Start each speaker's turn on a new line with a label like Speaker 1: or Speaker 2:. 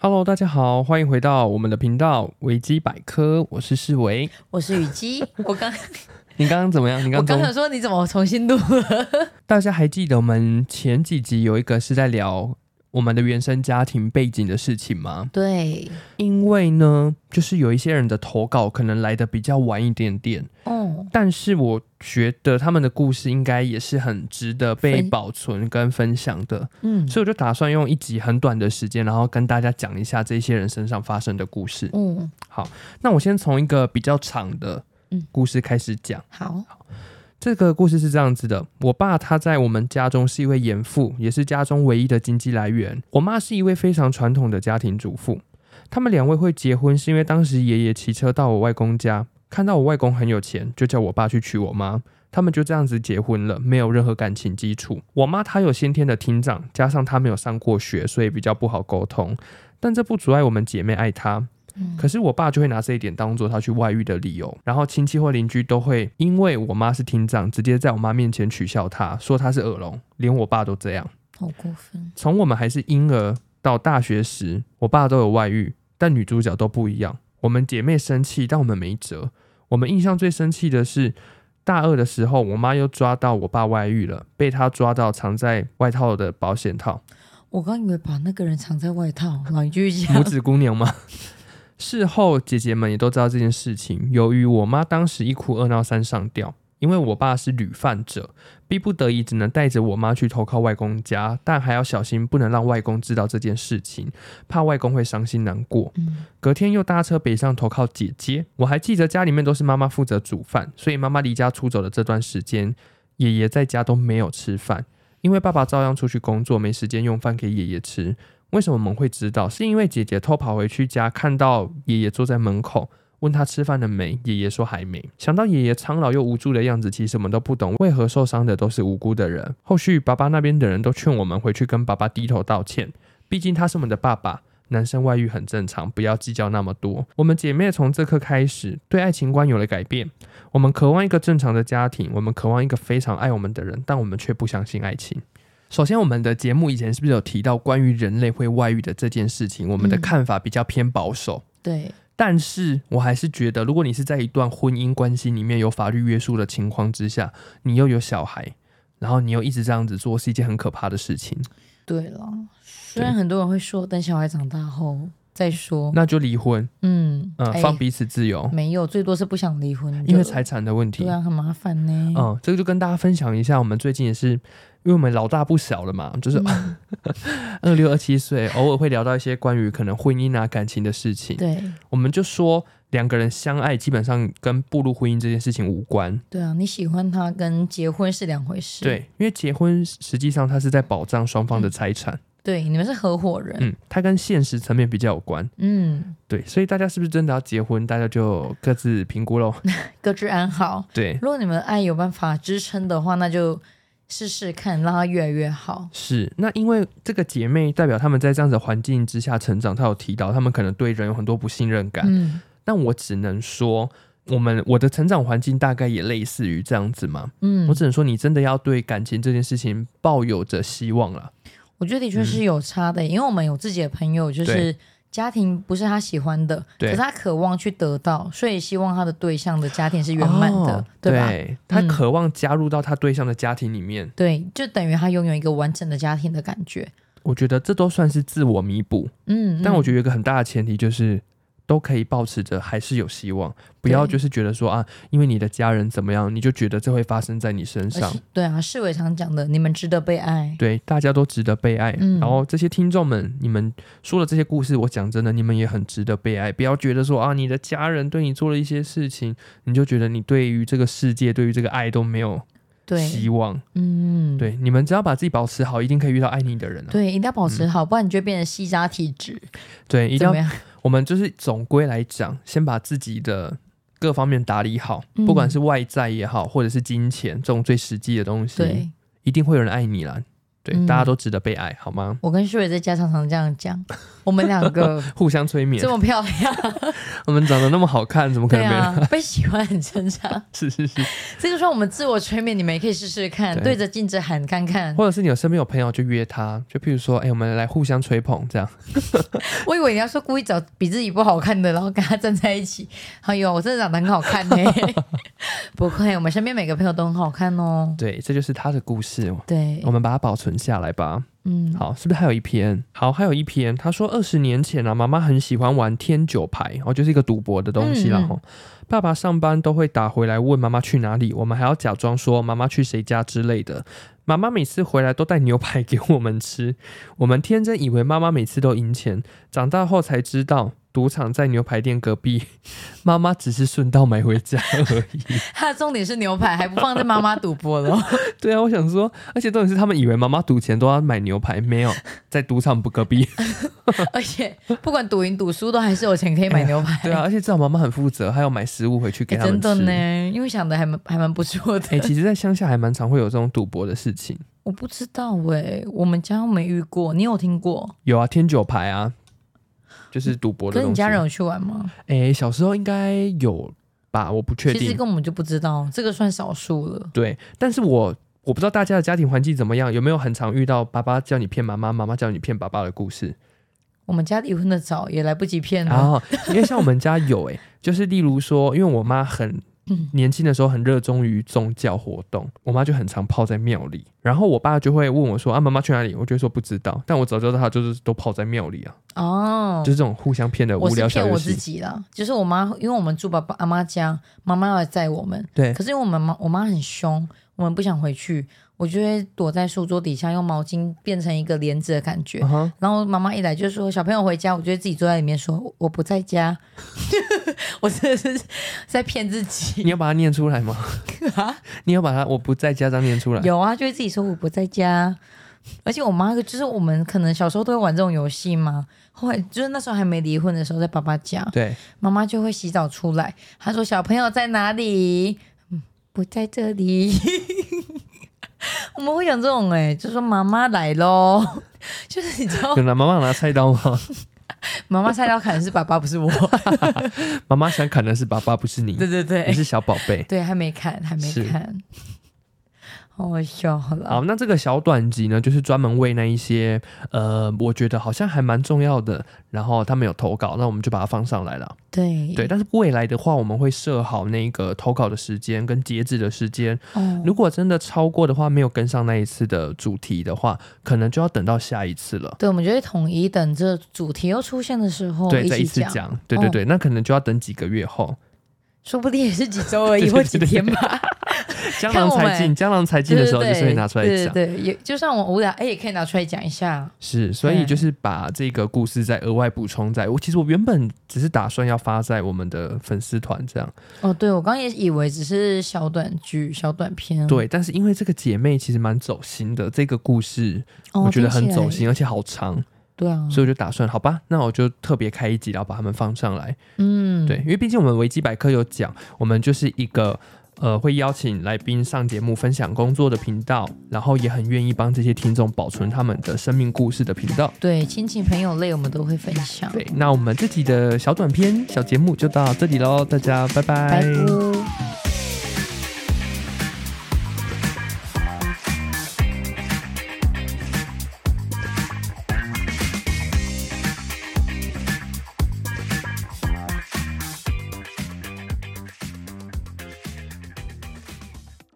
Speaker 1: Hello，大家好，欢迎回到我们的频道维基百科，我是世维。
Speaker 2: 我是雨 姬，我刚
Speaker 1: 你刚刚怎么样？你
Speaker 2: 我
Speaker 1: 刚
Speaker 2: 刚
Speaker 1: 刚
Speaker 2: 想说你怎么重新录了？
Speaker 1: 大家还记得我们前几集有一个是在聊我们的原生家庭背景的事情吗？
Speaker 2: 对，
Speaker 1: 因为呢，就是有一些人的投稿可能来的比较晚一点点，
Speaker 2: 哦，
Speaker 1: 但是我觉得他们的故事应该也是很值得被
Speaker 2: 分
Speaker 1: 保存跟分享的，
Speaker 2: 嗯，
Speaker 1: 所以我就打算用一集很短的时间，然后跟大家讲一下这些人身上发生的故事。
Speaker 2: 嗯，
Speaker 1: 那我先从一个比较长的
Speaker 2: 嗯
Speaker 1: 故事开始讲。
Speaker 2: 好，
Speaker 1: 这个故事是这样子的：我爸他在我们家中是一位严父，也是家中唯一的经济来源。我妈是一位非常传统的家庭主妇。他们两位会结婚，是因为当时爷爷骑车到我外公家，看到我外公很有钱，就叫我爸去娶我妈。他们就这样子结婚了，没有任何感情基础。我妈她有先天的听障，加上她没有上过学，所以比较不好沟通。但这不阻碍我们姐妹爱她。
Speaker 2: 嗯
Speaker 1: 可是我爸就会拿这一点当做他去外遇的理由，然后亲戚或邻居都会因为我妈是听障，直接在我妈面前取笑她，说她是耳聋，连我爸都这样。
Speaker 2: 好过分，
Speaker 1: 从我们还是婴儿到大学时，我爸都有外遇，但女主角都不一样。我们姐妹生气，但我们没辙。我们印象最生气的是大二的时候，我妈又抓到我爸外遇了，被他抓到藏在外套的保险套。
Speaker 2: 我刚以为把那个人藏在外套，然后你继续
Speaker 1: 拇
Speaker 2: 讲，
Speaker 1: 指姑娘吗？ 事后姐姐们也都知道这件事情。由于我妈当时一哭二闹三上吊，因为我爸是屡犯者，逼不得已只能带着我妈去投靠外公家，但还要小心，不能让外公知道这件事情，怕外公会伤心难过。
Speaker 2: 嗯，
Speaker 1: 隔天又搭车北上投靠姐姐。我还记得家里面都是妈妈负责煮饭，所以妈妈离家出走的这段时间，爷爷在家都没有吃饭，因为爸爸照样出去工作，没时间用饭给爷爷吃。为什么我们会知道？是因为姐姐偷跑回去家，看到爷爷坐在门口，问他吃饭了没，爷爷说还没。想到爷爷苍老又无助的样子，其实我们都不懂为何受伤的都是无辜的人。后续爸爸那边的人都劝我们回去跟爸爸低头道歉，毕竟他是我们的爸爸。男生外遇很正常，不要计较那么多。我们姐妹从这刻开始对爱情观有了改变，我们渴望一个正常的家庭，我们渴望一个非常爱我们的人，但我们却不相信爱情。首先，我们的节目以前是不是有提到关于人类会外遇的这件事情？我们的
Speaker 2: 嗯
Speaker 1: 看法比较偏保守，
Speaker 2: 对，
Speaker 1: 但是我还是觉得，如果你是在一段婚姻关系里面有法律约束的情况之下，你又有小孩，然后你又一直这样子做，是一件很可怕的事情。
Speaker 2: 对了，虽然很多人会说等小孩长大后再说，
Speaker 1: 那就离婚，
Speaker 2: 嗯，
Speaker 1: 嗯、
Speaker 2: 哦哎
Speaker 1: 放彼此自由，
Speaker 2: 没有，最多是不想离婚，
Speaker 1: 因为
Speaker 2: 就
Speaker 1: 财产的问题。
Speaker 2: 对啊，很麻烦呢，
Speaker 1: 嗯，这个就跟大家分享一下，我们最近也是，因为我们老大不小了嘛，就是
Speaker 2: 嗯
Speaker 1: 二六二七岁，偶尔会聊到一些关于可能婚姻啊感情的事情。
Speaker 2: 对，
Speaker 1: 我们就说两个人相爱，基本上跟步入婚姻这件事情无关。
Speaker 2: 对啊，你喜欢他跟结婚是嗯两回事，
Speaker 1: 对，因为结婚实际上它是在保障双方的财产，
Speaker 2: 对，你们是合伙人，
Speaker 1: 嗯，它跟现实层面比较有关。
Speaker 2: 嗯，
Speaker 1: 对，所以大家是不是真的要结婚，大家就各自评估 喽。
Speaker 2: 各自安好。
Speaker 1: 对，
Speaker 2: 如果你们爱有办法支撑的话，那就试试看，让它越来越好。
Speaker 1: 是，那因为这个姐妹代表她们在这样子的环境之下成长，她有提到她们可能对人有很多不信任感，
Speaker 2: 嗯
Speaker 1: 但我只能说，我们我的成长环境大概也类似于这样子嘛。
Speaker 2: 嗯
Speaker 1: 我，只能说，你真的要对感情这件事情抱有着希望啦。
Speaker 2: 我觉得的确
Speaker 1: 嗯
Speaker 2: 是有差的，因为我们有自己的朋友，就是家庭不是他喜欢的，可
Speaker 1: 对
Speaker 2: 是他渴望去得到，所以希望他的对象的家庭是圆满的，
Speaker 1: 哦
Speaker 2: 对吧？
Speaker 1: 对，他
Speaker 2: 嗯
Speaker 1: 渴望加入到他对象的家庭里面，
Speaker 2: 对，就等于他拥有一个完整的家庭的感觉。
Speaker 1: 我觉得这都算是自我弥补。
Speaker 2: 嗯，
Speaker 1: 但我觉
Speaker 2: 得
Speaker 1: 得有一个很大的前提就是。都可以保持着，还是有希望，不要
Speaker 2: 对
Speaker 1: 就是觉得说啊，因为你的家人怎么样，你就觉得这会发生在你身上。
Speaker 2: 对啊，世伟常讲的，你们值得被爱。
Speaker 1: 对，大家都值得被爱。
Speaker 2: 嗯
Speaker 1: 然后这些听众们，你们说的这些故事，我讲真的，你们也很值得被爱。不要觉得说啊，你的家人对你做了一些事情，你就觉得你对于这个世界、对于这个爱都没有希
Speaker 2: 对，
Speaker 1: 望。
Speaker 2: 嗯，
Speaker 1: 对，你们只要把自己保持好，一定可以遇到爱你的人、啊。
Speaker 2: 对，一定要保持好，不然你就会变成吸渣体质，
Speaker 1: 对，一定
Speaker 2: 怎么
Speaker 1: 要。
Speaker 2: 样？
Speaker 1: 我们就是总归来讲，先把自己的各方面打理好，
Speaker 2: 嗯
Speaker 1: 不管是外在也好，或者是金钱这种最实际的东西，
Speaker 2: 对
Speaker 1: 一定会有人爱你啦。对，
Speaker 2: 嗯
Speaker 1: 大家都值得被爱，好吗？
Speaker 2: 我跟旭伟在家常常这样讲， 我们两 个
Speaker 1: 互相催眠
Speaker 2: 这，么漂亮，
Speaker 1: 我们长得那么好看，怎么可
Speaker 2: 对
Speaker 1: 能没人？
Speaker 2: 啊， 被喜欢很正常。
Speaker 1: 是是是，
Speaker 2: 这个时候我们自我催眠，你们也可以试试看，
Speaker 1: 对
Speaker 2: 对着镜子喊看看。
Speaker 1: 或者是你有身边有朋友就约他，就譬如说，哎、我们来互相吹捧这样。
Speaker 2: 我以为你要说故意找比自己不好看的，然后跟他站在一起。哎呦，我真的长得很好看呢、 不会，我们身边每个朋友都很好看哦。
Speaker 1: 对，这就是他的故事，
Speaker 2: 对
Speaker 1: 我，们把它保存下来吧。
Speaker 2: 嗯，
Speaker 1: 好，是不是还有一篇？好，还有一篇，他说二十年前啊，妈妈很喜欢玩天九牌，哦，就是一个赌博的东西啦。
Speaker 2: 嗯嗯
Speaker 1: 吼、爸爸上班都会打回来问妈妈去哪里，我们还要假装说妈妈去谁家之类的。妈妈每次回来都带牛排给我们吃，我们天真以为妈妈每次都赢钱，长大后才知道赌场在牛排店隔壁， 妈妈只是顺道买回家而已。
Speaker 2: 他的重点是牛排，还不放在妈妈赌博了。
Speaker 1: 对啊，我想说，而且重点是他们以为妈妈赌钱都要买牛排，没有在赌场不隔壁。
Speaker 2: 而且不管赌赢赌输，都还是有钱可以买牛排。
Speaker 1: 对啊，而且至少妈妈很负责，还要买食物回去给
Speaker 2: 哎
Speaker 1: 他们
Speaker 2: 真
Speaker 1: 吃。
Speaker 2: 的呢，因为想的还蛮还蛮不错的。
Speaker 1: 哎、其实，在乡下还蛮常会有这种赌博的事情。
Speaker 2: 我不知道哎、我们家没遇过，你有听过？
Speaker 1: 有啊，天九牌啊，就是赌博
Speaker 2: 可
Speaker 1: 的
Speaker 2: 是
Speaker 1: 东
Speaker 2: 你
Speaker 1: 西。
Speaker 2: 家人
Speaker 1: 哎、
Speaker 2: 有去玩吗？
Speaker 1: 小时候应该有吧，我不确
Speaker 2: 其实
Speaker 1: 定。
Speaker 2: 根本就不知道，这个算少数了。
Speaker 1: 对，但是我我不知道大家的家庭环境怎么样，有没有很常遇到爸爸叫你骗妈妈，妈妈叫你骗爸爸的故事？
Speaker 2: 我们家离婚的早，也来不及骗
Speaker 1: 然
Speaker 2: 了。
Speaker 1: 后，因为像我们家有哎、 就是例如说，因为我妈很
Speaker 2: 嗯
Speaker 1: 年轻的时候很热衷于宗教活动，我妈就很常泡在庙里，然后我爸就会问我说啊，妈妈去哪里？我就会说不知道，但我早就知道她就是都泡在庙里啊，
Speaker 2: 哦，
Speaker 1: 就是这种互相骗的
Speaker 2: 我
Speaker 1: 无
Speaker 2: 是
Speaker 1: 聊小
Speaker 2: 骗
Speaker 1: 游
Speaker 2: 我自
Speaker 1: 戏。
Speaker 2: 己啦，就是我妈，因为我们住爸爸阿妈家，妈妈要来载我们，
Speaker 1: 对
Speaker 2: 可是因为我们妈我妈很凶，我们不想回去，我就会躲在书桌底下，用毛巾变成一个帘子的感觉。
Speaker 1: 嗯哼，
Speaker 2: 然后妈妈一来就说小朋友回家，我就会自己坐在里面说我我不在家， 我真的是在骗自
Speaker 1: 你
Speaker 2: 己。
Speaker 1: 要把它念出 来吗？你要把它我不在家这样念出来。
Speaker 2: 啊有啊，就会自己说我不在家。而且我妈就是我们可能小时候都会玩这种游戏嘛，后来就是那时候还没离婚的时候，在爸爸家，
Speaker 1: 对，
Speaker 2: 妈妈就会洗澡出来，她说小朋友在哪里？嗯，不在这里。 我们会讲这种哎、就说妈妈来喽，就是你知道
Speaker 1: 有，拿妈妈有拿菜刀 吗？
Speaker 2: 妈妈菜刀砍的是爸爸，不是我。
Speaker 1: 妈妈想砍的是爸爸，不是你，
Speaker 2: 对对对
Speaker 1: 你，是小宝贝。
Speaker 2: 对，还没看，还没
Speaker 1: 是
Speaker 2: 看，好好笑了。
Speaker 1: 好，那这个小短集呢，就是专门为那一些呃，我觉得好像还蛮重要的，然后他们有投稿，那我们就把它放上来了。
Speaker 2: 对
Speaker 1: 对，，但是未来的话，我们会设好那个投稿的时间跟截止的时间。
Speaker 2: 哦，
Speaker 1: 如果真的超过的话，没有跟上那一次的主题的话，可能就要等到下一次了。
Speaker 2: 对，我们就会统一等这主题又出现的时候
Speaker 1: 对，再一
Speaker 2: 哦起
Speaker 1: 次
Speaker 2: 讲，
Speaker 1: 讲，对对
Speaker 2: 哦
Speaker 1: 对，那可能就要等几个月 后，
Speaker 2: 说不定也是几周而已
Speaker 1: 对对
Speaker 2: 或几
Speaker 1: 对
Speaker 2: 天吧。
Speaker 1: 江郎
Speaker 2: 看我
Speaker 1: 才尽，
Speaker 2: 们
Speaker 1: 江郎才尽的时候就是会拿出来
Speaker 2: 对
Speaker 1: 讲。
Speaker 2: 对对，也就算我无聊，哎，也可以拿出来讲一下。
Speaker 1: 是，所以
Speaker 2: 对
Speaker 1: 就是把这个故事再额外补充在。我其实我原本只是打算要发在我们的粉丝团这样，
Speaker 2: 哦，对，我刚刚也以为只是小短剧、小短片，
Speaker 1: 对。但是因为这个姐妹其实蛮走心的，这个故事
Speaker 2: 哦，
Speaker 1: 我觉得
Speaker 2: 听
Speaker 1: 很
Speaker 2: 起
Speaker 1: 走
Speaker 2: 来
Speaker 1: 心，，而且好长，
Speaker 2: 对啊，
Speaker 1: 所以我就打算，好吧，那我就特别开一集，然后把它们放上来。
Speaker 2: 嗯，
Speaker 1: 对，因为毕竟我们维基百科有讲，我们就是一个。呃，会邀请来宾上节目分享工作的频道，然后也很愿意帮这些听众保存他们的生命故事的频道。
Speaker 2: 对，亲戚朋友类我们都会分享，
Speaker 1: 对，那我们这集的小短片小节目就到这里喽，大家拜拜。
Speaker 2: 拜拜。